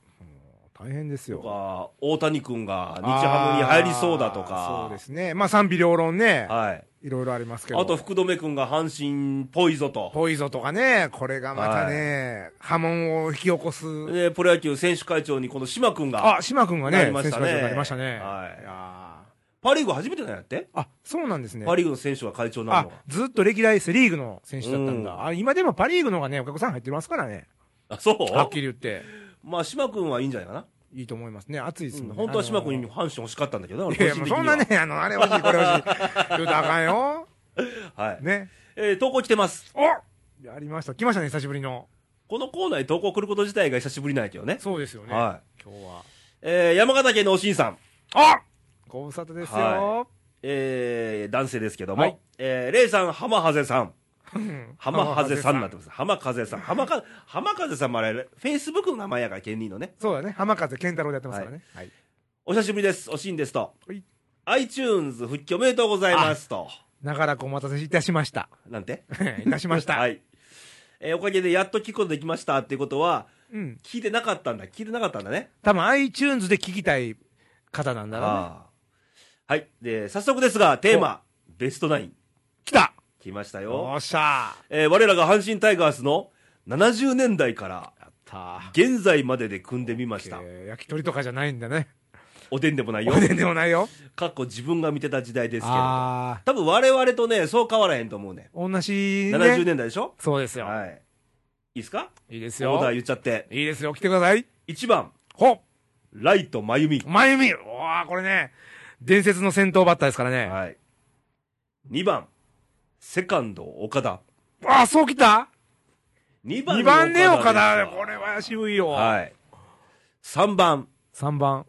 Speaker 2: 大変ですよ
Speaker 1: と。か、大谷君が日ハムに入りそうだと
Speaker 2: あー
Speaker 1: か。
Speaker 2: そうですね。まあ賛否両論ね。
Speaker 1: はい。
Speaker 2: いろいろありますけど。
Speaker 1: あと、福留君が阪神っぽいぞと。
Speaker 2: ポイゾとかね、これがまたね、波紋を引き起こす。
Speaker 1: で、プロ野球選手会長にこの島君が、
Speaker 2: あ、島君がね、
Speaker 1: な
Speaker 2: 選
Speaker 1: りま
Speaker 2: 手
Speaker 1: し
Speaker 2: 会
Speaker 1: た
Speaker 2: 長
Speaker 1: ね
Speaker 2: になりましたね。
Speaker 1: はい
Speaker 2: や
Speaker 1: パリーグ初めてなんやって
Speaker 2: ーあ、そうなんですね
Speaker 1: パ。リーグの選手が会長になる
Speaker 2: あ
Speaker 1: のが、。
Speaker 2: ずっと歴代セリーグの選手だったん
Speaker 1: う
Speaker 2: だ。
Speaker 1: ん
Speaker 2: あ、今でもパリーグの方がね、お客さん入ってますからね。
Speaker 1: あ、そう
Speaker 2: はっきり言って。
Speaker 1: まあ、島君はいいんじゃないかな。
Speaker 2: いいと思いますね。熱いですもんね。
Speaker 1: 本当は島君
Speaker 2: あ
Speaker 1: に阪神欲しかったんだけど
Speaker 2: の
Speaker 1: ね、
Speaker 2: ーいや、
Speaker 1: 俺
Speaker 2: も
Speaker 1: 個人的
Speaker 2: うそん
Speaker 1: に
Speaker 2: な
Speaker 1: は
Speaker 2: ね、あの、あれ欲しい、これ欲しい。言うとあかんよ。
Speaker 1: はい。
Speaker 2: ね。
Speaker 1: えー投稿来てます。
Speaker 2: おやりました。来ましたね、久しぶりの。
Speaker 1: このコーナーに投稿来ること自体が久しぶりなんやけどね。
Speaker 2: そうですよね。
Speaker 1: は
Speaker 2: 今日
Speaker 1: い。
Speaker 2: は。
Speaker 1: えー山形県のおしんさん。
Speaker 2: あご無沙汰ですよ。
Speaker 1: はえー男性ですけども、
Speaker 2: はい
Speaker 1: えー、レイさん、浜ハゼさん。
Speaker 2: うん
Speaker 1: 浜ハゼさんになってます。浜風さん。浜か、浜風さんもあれ、フェイスブックの名前やから、県人のね。
Speaker 2: そうだね。浜風健太郎でやってますからね。はい。
Speaker 1: お久しぶりです。おしんですと。
Speaker 2: はい
Speaker 1: iTunes 復帰おめでとうございますと。
Speaker 2: 長らくお待たせいたしました。
Speaker 1: なんて
Speaker 2: いたしました。
Speaker 1: はい。えーおかげでやっと聞くことできましたっていうことは、
Speaker 2: うん。
Speaker 1: 聞いてなかったんだ。聞いてなかったんだね。
Speaker 2: 多分 iTunes で聞きたい方なんだろうね。
Speaker 1: あーはい。で、早速ですが、テーマ、ベストナイン
Speaker 2: 来た
Speaker 1: 来ました
Speaker 2: お
Speaker 1: よ。
Speaker 2: っしゃ
Speaker 1: えー我らが阪神タイガースの70年代から
Speaker 2: やった
Speaker 1: 現在までで組んでみました。
Speaker 2: えー焼き鳥とかじゃないんだね。
Speaker 1: おでんでもないよ
Speaker 2: お。でんでもないよ。
Speaker 1: かっこ自分が見てた時代ですけれど。
Speaker 2: あ
Speaker 1: 多分我々とね、そう変わらへんと思うね。
Speaker 2: あ、同じね。
Speaker 1: 70年代でしょ
Speaker 2: そうですよ。
Speaker 1: はい。いいですか
Speaker 2: いいです
Speaker 1: オーダー
Speaker 2: よ。
Speaker 1: 言っちゃって。
Speaker 2: いいですよ。来てください。
Speaker 1: 1番、
Speaker 2: ほ
Speaker 1: ライト真由美。
Speaker 2: まゆみおわこれね、伝説の先頭バッターですからね。
Speaker 1: はい。2番、セカンド岡田。
Speaker 2: ああ、そう来た
Speaker 1: 2番
Speaker 2: ?2 番ね、岡
Speaker 1: で
Speaker 2: 田。
Speaker 1: すわ
Speaker 2: これは渋いよ。
Speaker 1: はい。3番、
Speaker 2: 3番。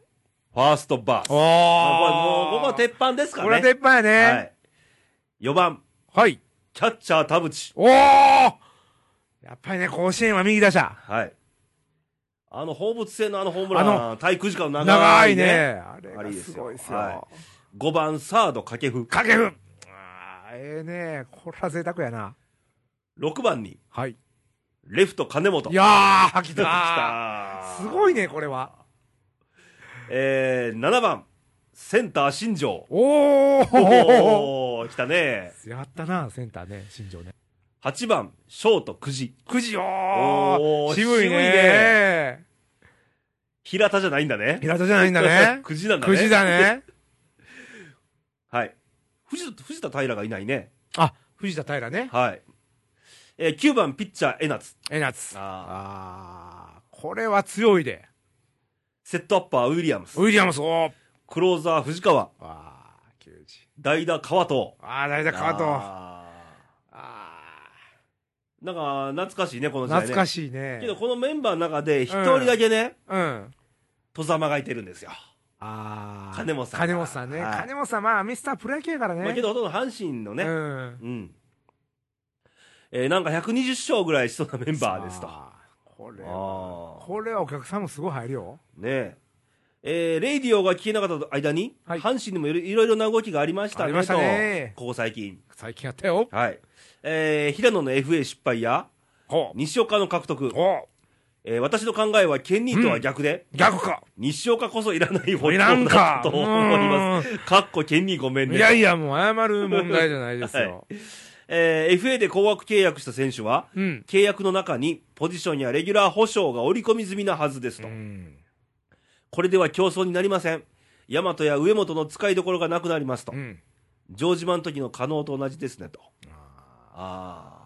Speaker 1: ファーストバース。
Speaker 2: おー
Speaker 1: まあこれもう、ここは鉄板ですから
Speaker 2: こ
Speaker 1: ね。
Speaker 2: れは鉄板や
Speaker 1: は
Speaker 2: ね。
Speaker 1: い。4番、
Speaker 2: はい。
Speaker 1: キャッチャー田淵。
Speaker 2: おおやっぱりね、甲子園は右打者。
Speaker 1: はい。あの、放物線のあのホーム
Speaker 2: あ
Speaker 1: ラン、対空時間の長
Speaker 2: 長
Speaker 1: い
Speaker 2: い
Speaker 1: ね。
Speaker 2: ね。あれがすごいです
Speaker 1: あれ
Speaker 2: よ。
Speaker 1: 5番、サード、掛布。
Speaker 2: 掛布あーええねこれは贅沢やな。
Speaker 1: 6番に、
Speaker 2: はい。
Speaker 1: レフト金本。
Speaker 2: いやー、来
Speaker 1: 来
Speaker 2: た
Speaker 1: た
Speaker 2: すごいね、これは。
Speaker 1: えー、7番、センター新庄。
Speaker 2: おー
Speaker 1: おー、来たね。
Speaker 2: やったな、センターね、新庄ね。
Speaker 1: 8番、ショート久慈。
Speaker 2: くじよ
Speaker 1: おー
Speaker 2: 渋い
Speaker 1: 渋い
Speaker 2: ね。
Speaker 1: 平田じゃないんだね。。
Speaker 2: 平田じゃないんだね
Speaker 1: 久慈なんだね。
Speaker 2: くじだ。ね。
Speaker 1: はい。藤田、藤田平がいないね。
Speaker 2: あ、藤田平ね。
Speaker 1: はい。えー、9番、ピッチャー、江夏。
Speaker 2: えなつ。
Speaker 1: あ
Speaker 2: あー、これは強いで。
Speaker 1: セットアッパー、ウィリアムス。
Speaker 2: ウィリアムス、おー。
Speaker 1: クローザー、藤川。
Speaker 2: あー、球児。
Speaker 1: 代打、川藤。
Speaker 2: あー、誰だ、カート。
Speaker 1: あ
Speaker 2: あ
Speaker 1: ーなんか、懐かしいね、この
Speaker 2: ー、
Speaker 1: 時代ね。
Speaker 2: 懐かしいね
Speaker 1: け。ど、このメンバーの中で、一人だけね、
Speaker 2: うん。
Speaker 1: 戸様がいてるんですよ。
Speaker 2: あー
Speaker 1: 金本さん
Speaker 2: 金本さんね。
Speaker 1: はい
Speaker 2: 金本さん、まあ、ミスタープロ野球やからね。
Speaker 1: まあ、けど、ほとんど阪神のね、
Speaker 2: うん。
Speaker 1: うん。えーなんか120勝ぐらいしそうなメンバーですと。
Speaker 2: さあ。これ
Speaker 1: あ
Speaker 2: は
Speaker 1: ー、
Speaker 2: これはお客さんもすごい入るよ。
Speaker 1: ねえ。えーレイディオが消えなかった間に、
Speaker 2: はい
Speaker 1: 阪神にもいろいろいろな動きがありました
Speaker 2: あ
Speaker 1: ね
Speaker 2: り
Speaker 1: と、
Speaker 2: ましたね
Speaker 1: ここ最近。
Speaker 2: 最近やったよ。
Speaker 1: はい。えー平野の FA 失敗や、
Speaker 2: ほう。
Speaker 1: 西岡の獲得、
Speaker 2: ほ
Speaker 1: えー私の考えはケンニーとは逆で、
Speaker 2: う。逆か。
Speaker 1: 西岡こそいらない方
Speaker 2: いらんか
Speaker 1: と思います。かっこケンニーごめん
Speaker 2: い
Speaker 1: ね。
Speaker 2: やいや、もう謝る問題じゃないです よ。
Speaker 1: えー FA で高額契約した選手は、
Speaker 2: うん。
Speaker 1: 契約の中にポジションやレギュラー保証が織り込み済みなはずです
Speaker 2: う
Speaker 1: と。
Speaker 2: ん。
Speaker 1: これでは競争になりません。大和や上本の使いどころがなくなりますと
Speaker 2: う。ん。
Speaker 1: 城島の時の可能と同じですねと。
Speaker 2: あ
Speaker 1: あ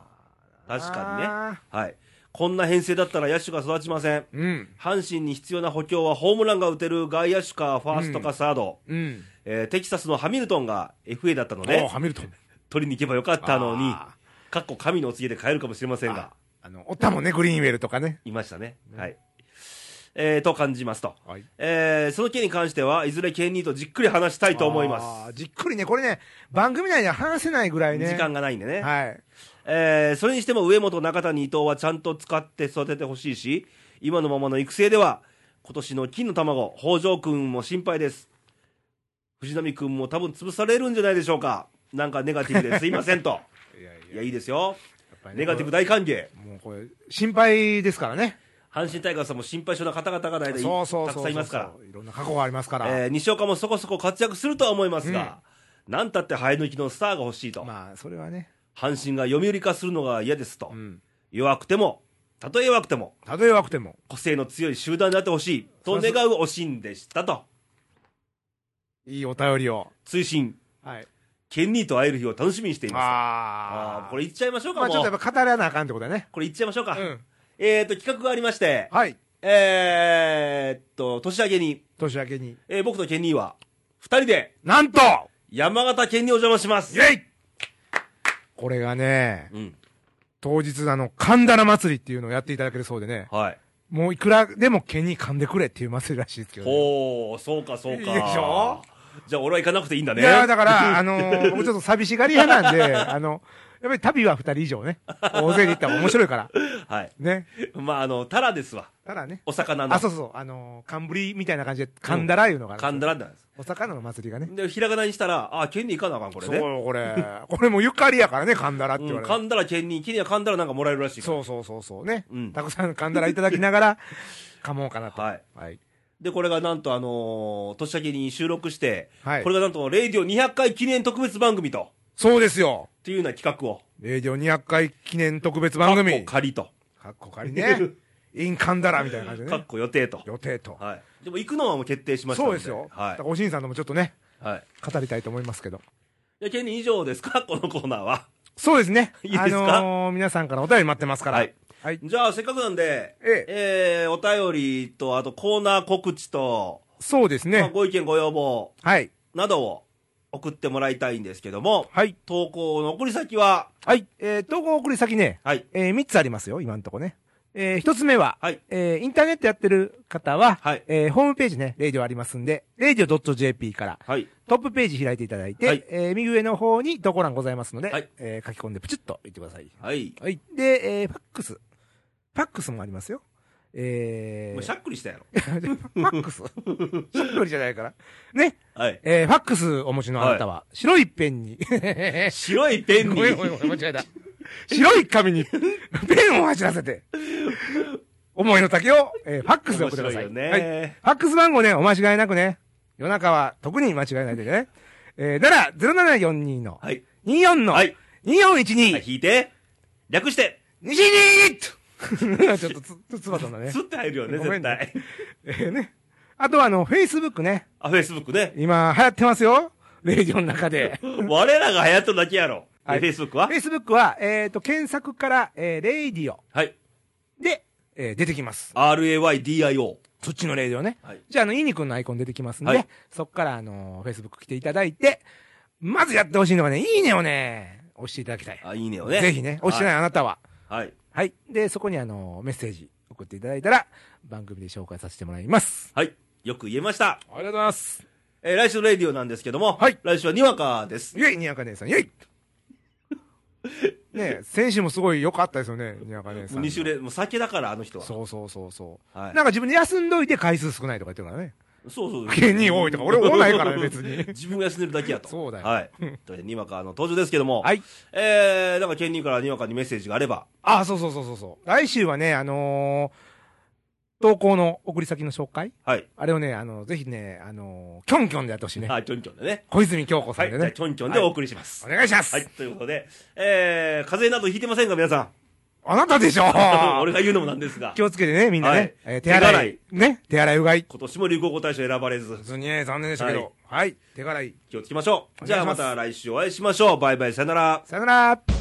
Speaker 1: あ。
Speaker 2: ー
Speaker 1: 確かにね。はい。こんな編成だったら野手が育ちません。
Speaker 2: うん。
Speaker 1: 阪神に必要な補強はホームランが打てる外野手かファーストかサード。
Speaker 2: うん。
Speaker 1: えーテキサスのハミルトンが FA だったの
Speaker 2: お
Speaker 1: で、
Speaker 2: ハミルトン。
Speaker 1: 取りに行けばよかったのに、
Speaker 2: あ
Speaker 1: かっこ神のお告げで変えるかもしれません
Speaker 2: ー
Speaker 1: が
Speaker 2: あ、あの、おったもんね、グリーンウェルとかね。
Speaker 1: いましたね。はい。えーと感じますと。
Speaker 2: はい。
Speaker 1: えーその件に関しては、いずれケンニーとじっくり話したいと思います。
Speaker 2: す。じっくりね、これね、番組内では話せないぐらいね。
Speaker 1: 時間がないんでね。
Speaker 2: はい。
Speaker 1: えーそれにしても上本、中谷、伊藤はちゃんと使って育ててほしいし、今のままの育成では、今年の金の卵、北条君も心配です。藤波君も多分潰されるんじゃないでしょうか。なんかネガティブですいません と。
Speaker 2: いやい
Speaker 1: いや、いいですよ。
Speaker 2: ぱりね
Speaker 1: ネガティブ大歓迎。
Speaker 2: もうこれ、心配ですからね。
Speaker 1: 阪神タイガースさんも心配性な方々が大体
Speaker 2: そうそうそうそう。
Speaker 1: たくさんいますから。。
Speaker 2: いろんな過去がありますから。
Speaker 1: えー西岡もそこそこ活躍するとは思いますが、なんたって生え抜きのスターが欲しいと、
Speaker 2: まあ、それはね。
Speaker 1: 阪神が読売化するのが嫌ですと、
Speaker 2: うん。
Speaker 1: 弱くても、たとえ弱くても、
Speaker 2: たとえ弱くても。
Speaker 1: 個性の強い集団になってほしいと願うおしんでしたと、
Speaker 2: いいお便りを。
Speaker 1: 追伸、
Speaker 2: はい。
Speaker 1: ケンニーと会える日を楽しみにしています。あ
Speaker 2: あ
Speaker 1: あー
Speaker 2: あ。
Speaker 1: これ言っちゃいましょうか、
Speaker 2: まあ、ち
Speaker 1: も
Speaker 2: ょ
Speaker 1: う
Speaker 2: っとやっぱ語らなあかんってことだね。
Speaker 1: これ言っちゃいましょう
Speaker 2: う
Speaker 1: か。
Speaker 2: ん。
Speaker 1: えっ、と、企画がありまして、
Speaker 2: はい。
Speaker 1: えーっと、年明けに、
Speaker 2: 年明けに。
Speaker 1: えー僕とケンニーは、二人で
Speaker 2: なんと
Speaker 1: 山形県にお邪魔しま
Speaker 2: イ
Speaker 1: す。
Speaker 2: ェイこれがね、
Speaker 1: うん。
Speaker 2: 当日あの、神棚祭りっていうのをやっていただけるそうでね、
Speaker 1: はい。
Speaker 2: もういくらでも毛に噛んでくれっていう祭りらしいですけどね、
Speaker 1: ほう、そうか、そうか。
Speaker 2: いいでしょ
Speaker 1: じゃあ、俺は行かなくていいんだね。
Speaker 2: いや、だから、あのー、僕ちょっと寂しがり屋なんで、 あの、やっぱり旅は二人以上ね、大勢で行った方が面白いから。
Speaker 1: はい。
Speaker 2: ね。
Speaker 1: まあ、あの、タラですわ。
Speaker 2: ただね。
Speaker 1: お魚の。
Speaker 2: あ、そうそう、あのー、寒ぶりみたいな感じで、神田らいうのがある、
Speaker 1: カンダラなんです。
Speaker 2: お魚の祭りがね。
Speaker 1: で、ひらがなにしたら、あ、県に行かなあかん、これ
Speaker 2: そう、
Speaker 1: ね。
Speaker 2: これ。これもうゆかりやからね、神田らって言わ
Speaker 1: うん、
Speaker 2: れ
Speaker 1: カ
Speaker 2: る。
Speaker 1: ンダラ県に、県にはカンダラなんかもらえるらしいから。
Speaker 2: そうそうそうそうね。
Speaker 1: うん
Speaker 2: たくさん神田らいただきながら、噛もうかなと。
Speaker 1: はい。
Speaker 2: はい。
Speaker 1: で、これがなんと、あのー年明けに収録して、
Speaker 2: はい
Speaker 1: これがなんと、レイディオ200回記念特別番組と、
Speaker 2: そうですよ。
Speaker 1: というような企画を、
Speaker 2: レディオ200回記念特別番組。か
Speaker 1: 仮と、
Speaker 2: っこかり ね。インカンダラみたいな感じで
Speaker 1: か
Speaker 2: ね
Speaker 1: っ。こ予定と。
Speaker 2: 予定と。
Speaker 1: はい。でも行くのはもう決定しましたん
Speaker 2: そうですよ。だ
Speaker 1: は
Speaker 2: からおしんさんともちょっとね、
Speaker 1: い。はい。
Speaker 2: 語りたいと思いますけど。
Speaker 1: じゃあ、県に以上ですか このコーナーは。
Speaker 2: そうですね。
Speaker 1: いいですか
Speaker 2: あのー、皆さんからお便り待ってますから。
Speaker 1: はい。
Speaker 2: はい。
Speaker 1: じゃあ、せっかくなんで、
Speaker 2: え
Speaker 1: えーお便りと、あとコーナー告知と、
Speaker 2: そうです
Speaker 1: まあ
Speaker 2: ね。
Speaker 1: ご意見、ご要望
Speaker 2: はい。
Speaker 1: などを送ってもらいたいんですけども、
Speaker 2: はい。
Speaker 1: 投稿の送り先は、
Speaker 2: はい。えー、統合送り先ね、
Speaker 1: はい、
Speaker 2: えー、3つありますよ、今のとこね。えー、1つ目は、
Speaker 1: はい、
Speaker 2: えー、インターネットやってる方は、
Speaker 1: はい
Speaker 2: えー、ホームページね、レイディオありますんで、レイディオ .jp から、
Speaker 1: はい、
Speaker 2: トップページ開いていただいて、
Speaker 1: はい
Speaker 2: えー、右上の方に投稿欄ございますので、
Speaker 1: はい
Speaker 2: えー、書き込んでプチッと言ってください。
Speaker 1: はい、
Speaker 2: はい。で、えー、ファックス。ファックスもありますよ。ええ
Speaker 1: もう
Speaker 2: ー、
Speaker 1: しゃっくりしたやろ。
Speaker 2: ファックスしっとりじゃないから。ね。
Speaker 1: はい。
Speaker 2: えー、ファックスお持ちのあなたは、白いペ ンに。
Speaker 1: 白いペン
Speaker 2: ご
Speaker 1: に
Speaker 2: めんごめんごめん、間違えた。白い紙に、ペンを走らせて、思いの丈を、えーファックスで送ってください。
Speaker 1: 面白いよね
Speaker 2: はい。ファックス番号ね、お間違いなくね。夜中は特に間違えないでね。えー、なら、0742の、
Speaker 1: はい。
Speaker 2: 24の、
Speaker 1: はい
Speaker 2: 2412、
Speaker 1: はい引いて、略して、
Speaker 2: 22! ちょっとつ、つ、つばさんだね
Speaker 1: ス。って入るよね、
Speaker 2: ごめ
Speaker 1: 絶
Speaker 2: んね
Speaker 1: 対。
Speaker 2: えーね。あとはあの、Facebook ね。
Speaker 1: あ、フェイスブックね。
Speaker 2: 今、流行ってますよ。レディオの中 で。
Speaker 1: 我らが流行っただけやろ。フ
Speaker 2: はい
Speaker 1: ェイスブックは
Speaker 2: Facebook は、えっ、と、検索から、えー、レイディオ
Speaker 1: はい。
Speaker 2: で、えー出てきます。
Speaker 1: RAYDIO。
Speaker 2: そっちのレイディオね。
Speaker 1: はい
Speaker 2: じゃあ、あの、イニ君のアイコン出てきますんで、
Speaker 1: はい
Speaker 2: そっから、あのー、Facebook 来ていただいて、まずやってほしいのがね、いいねをね、押していただきたい。
Speaker 1: あ、いいねをね。
Speaker 2: ぜひね、押してないあなたは。
Speaker 1: はい。はい。
Speaker 2: はい。で、そこにあのー、メッセージ送っていただいたら、番組で紹介させてもらいます。
Speaker 1: はい。よく言えました。
Speaker 2: ありがとうございます。
Speaker 1: えー来週のレディオなんですけども、
Speaker 2: はい
Speaker 1: 来週はにわかです。
Speaker 2: イェイ、にやか姉さん、イェイねえ先週もすごい良かったですよね、にやか姉さん
Speaker 1: も
Speaker 2: の。
Speaker 1: う2週連、もう酒だから、あの人は。
Speaker 2: そうそうそうそう、
Speaker 1: はい
Speaker 2: なんか自分で休んどいて回数少ないとか言ってるからね。
Speaker 1: そうそう。
Speaker 2: 芸人多いとか俺多ないからね別に
Speaker 1: 自分が休んでるだけやと。
Speaker 2: そうだよ
Speaker 1: はい。というわけでにわかの登場ですけども、
Speaker 2: はい。
Speaker 1: えー、なんか県人からにわかにメッセージがあれば、
Speaker 2: あ、そうそうそうそうそう。来週はね、あのー投稿の送り先の紹介
Speaker 1: はい。
Speaker 2: あれをね、あの、ぜひね、あのーキョンキョンでやってほしいね。
Speaker 1: はい、ちょんちょんでね。
Speaker 2: 小泉京子さ
Speaker 1: は
Speaker 2: ん
Speaker 1: い。
Speaker 2: で
Speaker 1: じ
Speaker 2: ね。
Speaker 1: ゃあ、ちょんちょんでお送りします。
Speaker 2: お願いします、
Speaker 1: はい、ということで、えー、風邪などひいてませんか、皆さん。
Speaker 2: あなたでしょ
Speaker 1: 俺が言うのもなんですが、
Speaker 2: 気をつけてね、みんなね。
Speaker 1: はい
Speaker 2: えー手洗い。
Speaker 1: 手洗い
Speaker 2: ね、手洗いうがい。
Speaker 1: 今年も流行語大賞選ばれず
Speaker 2: 普、通にね、残念でしたけど。はい、手洗い。
Speaker 1: 気をつけましょう。
Speaker 2: お願いします
Speaker 1: じゃあ、また来週お会いしましょう。バイバイ、さよなら。
Speaker 2: さよなら。